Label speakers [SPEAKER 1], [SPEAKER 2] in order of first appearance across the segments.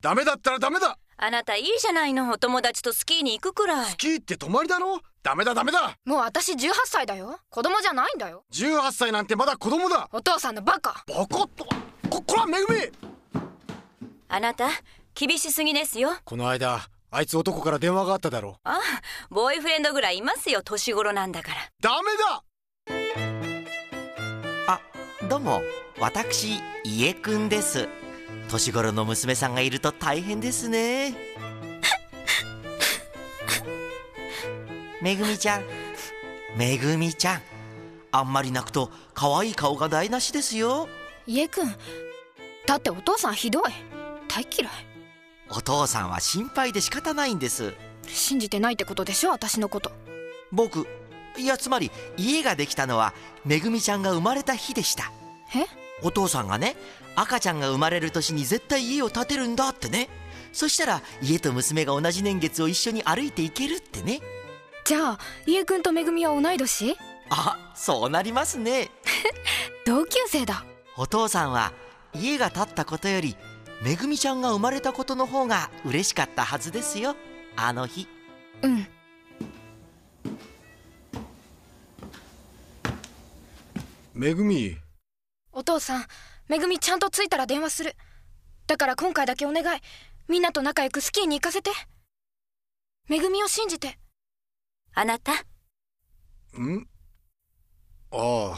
[SPEAKER 1] ダメだったらダメだ
[SPEAKER 2] あなたいいじゃないのお友達とスキーに行くくらい
[SPEAKER 1] スキーって泊まりだろダメだダメだ
[SPEAKER 3] もう私18歳だよ子供じゃないんだよ
[SPEAKER 1] 18歳なんてまだ子供だ
[SPEAKER 3] お父さんのバカ
[SPEAKER 1] バカっとここらめぐみ
[SPEAKER 2] あなた厳しすぎですよ
[SPEAKER 1] この間あいつ男から電話があっただろ
[SPEAKER 2] ああボーイフレンドぐらいいますよ年頃なんだから
[SPEAKER 1] ダメだ
[SPEAKER 4] あどうも私家くんです年頃の娘さんがいると大変ですねめぐみちゃんめぐみちゃんあんまり泣くと可愛い顔が台無しですよ
[SPEAKER 3] 家くんだってお父さんひどい大嫌い
[SPEAKER 4] お父さんは心配で仕方ないんです
[SPEAKER 3] 信じてないってことでしょ私のこと
[SPEAKER 4] 僕いやつまり家ができたのはめぐみちゃんが生まれた日でした
[SPEAKER 3] え
[SPEAKER 4] お父さんがね赤ちゃんが生まれる年に絶対家を建てるんだってねそしたら家と娘が同じ年月を一緒に歩いていけるってね
[SPEAKER 3] じゃあ家くんとめぐみは同い年
[SPEAKER 4] あそうなりますね
[SPEAKER 3] 同級生だ
[SPEAKER 4] お父さんは家が建ったことよりめぐみちゃんが生まれたことの方が嬉しかったはずですよあの日
[SPEAKER 3] うん
[SPEAKER 1] めぐみ
[SPEAKER 3] お父さんめぐみちゃんと着いたら電話するだから今回だけお願いみんなと仲良くスキーに行かせてめぐみを信じて
[SPEAKER 2] あなた
[SPEAKER 1] んあ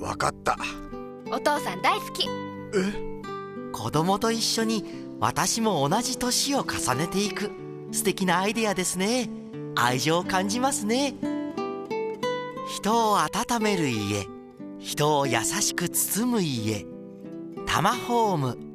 [SPEAKER 1] あわかった
[SPEAKER 3] お父さん大好き
[SPEAKER 1] え
[SPEAKER 4] 子供と一緒に私も同じ年を重ねていく素敵なアイデアですね愛情を感じますね人を温める家人を優しく包む家タマホーム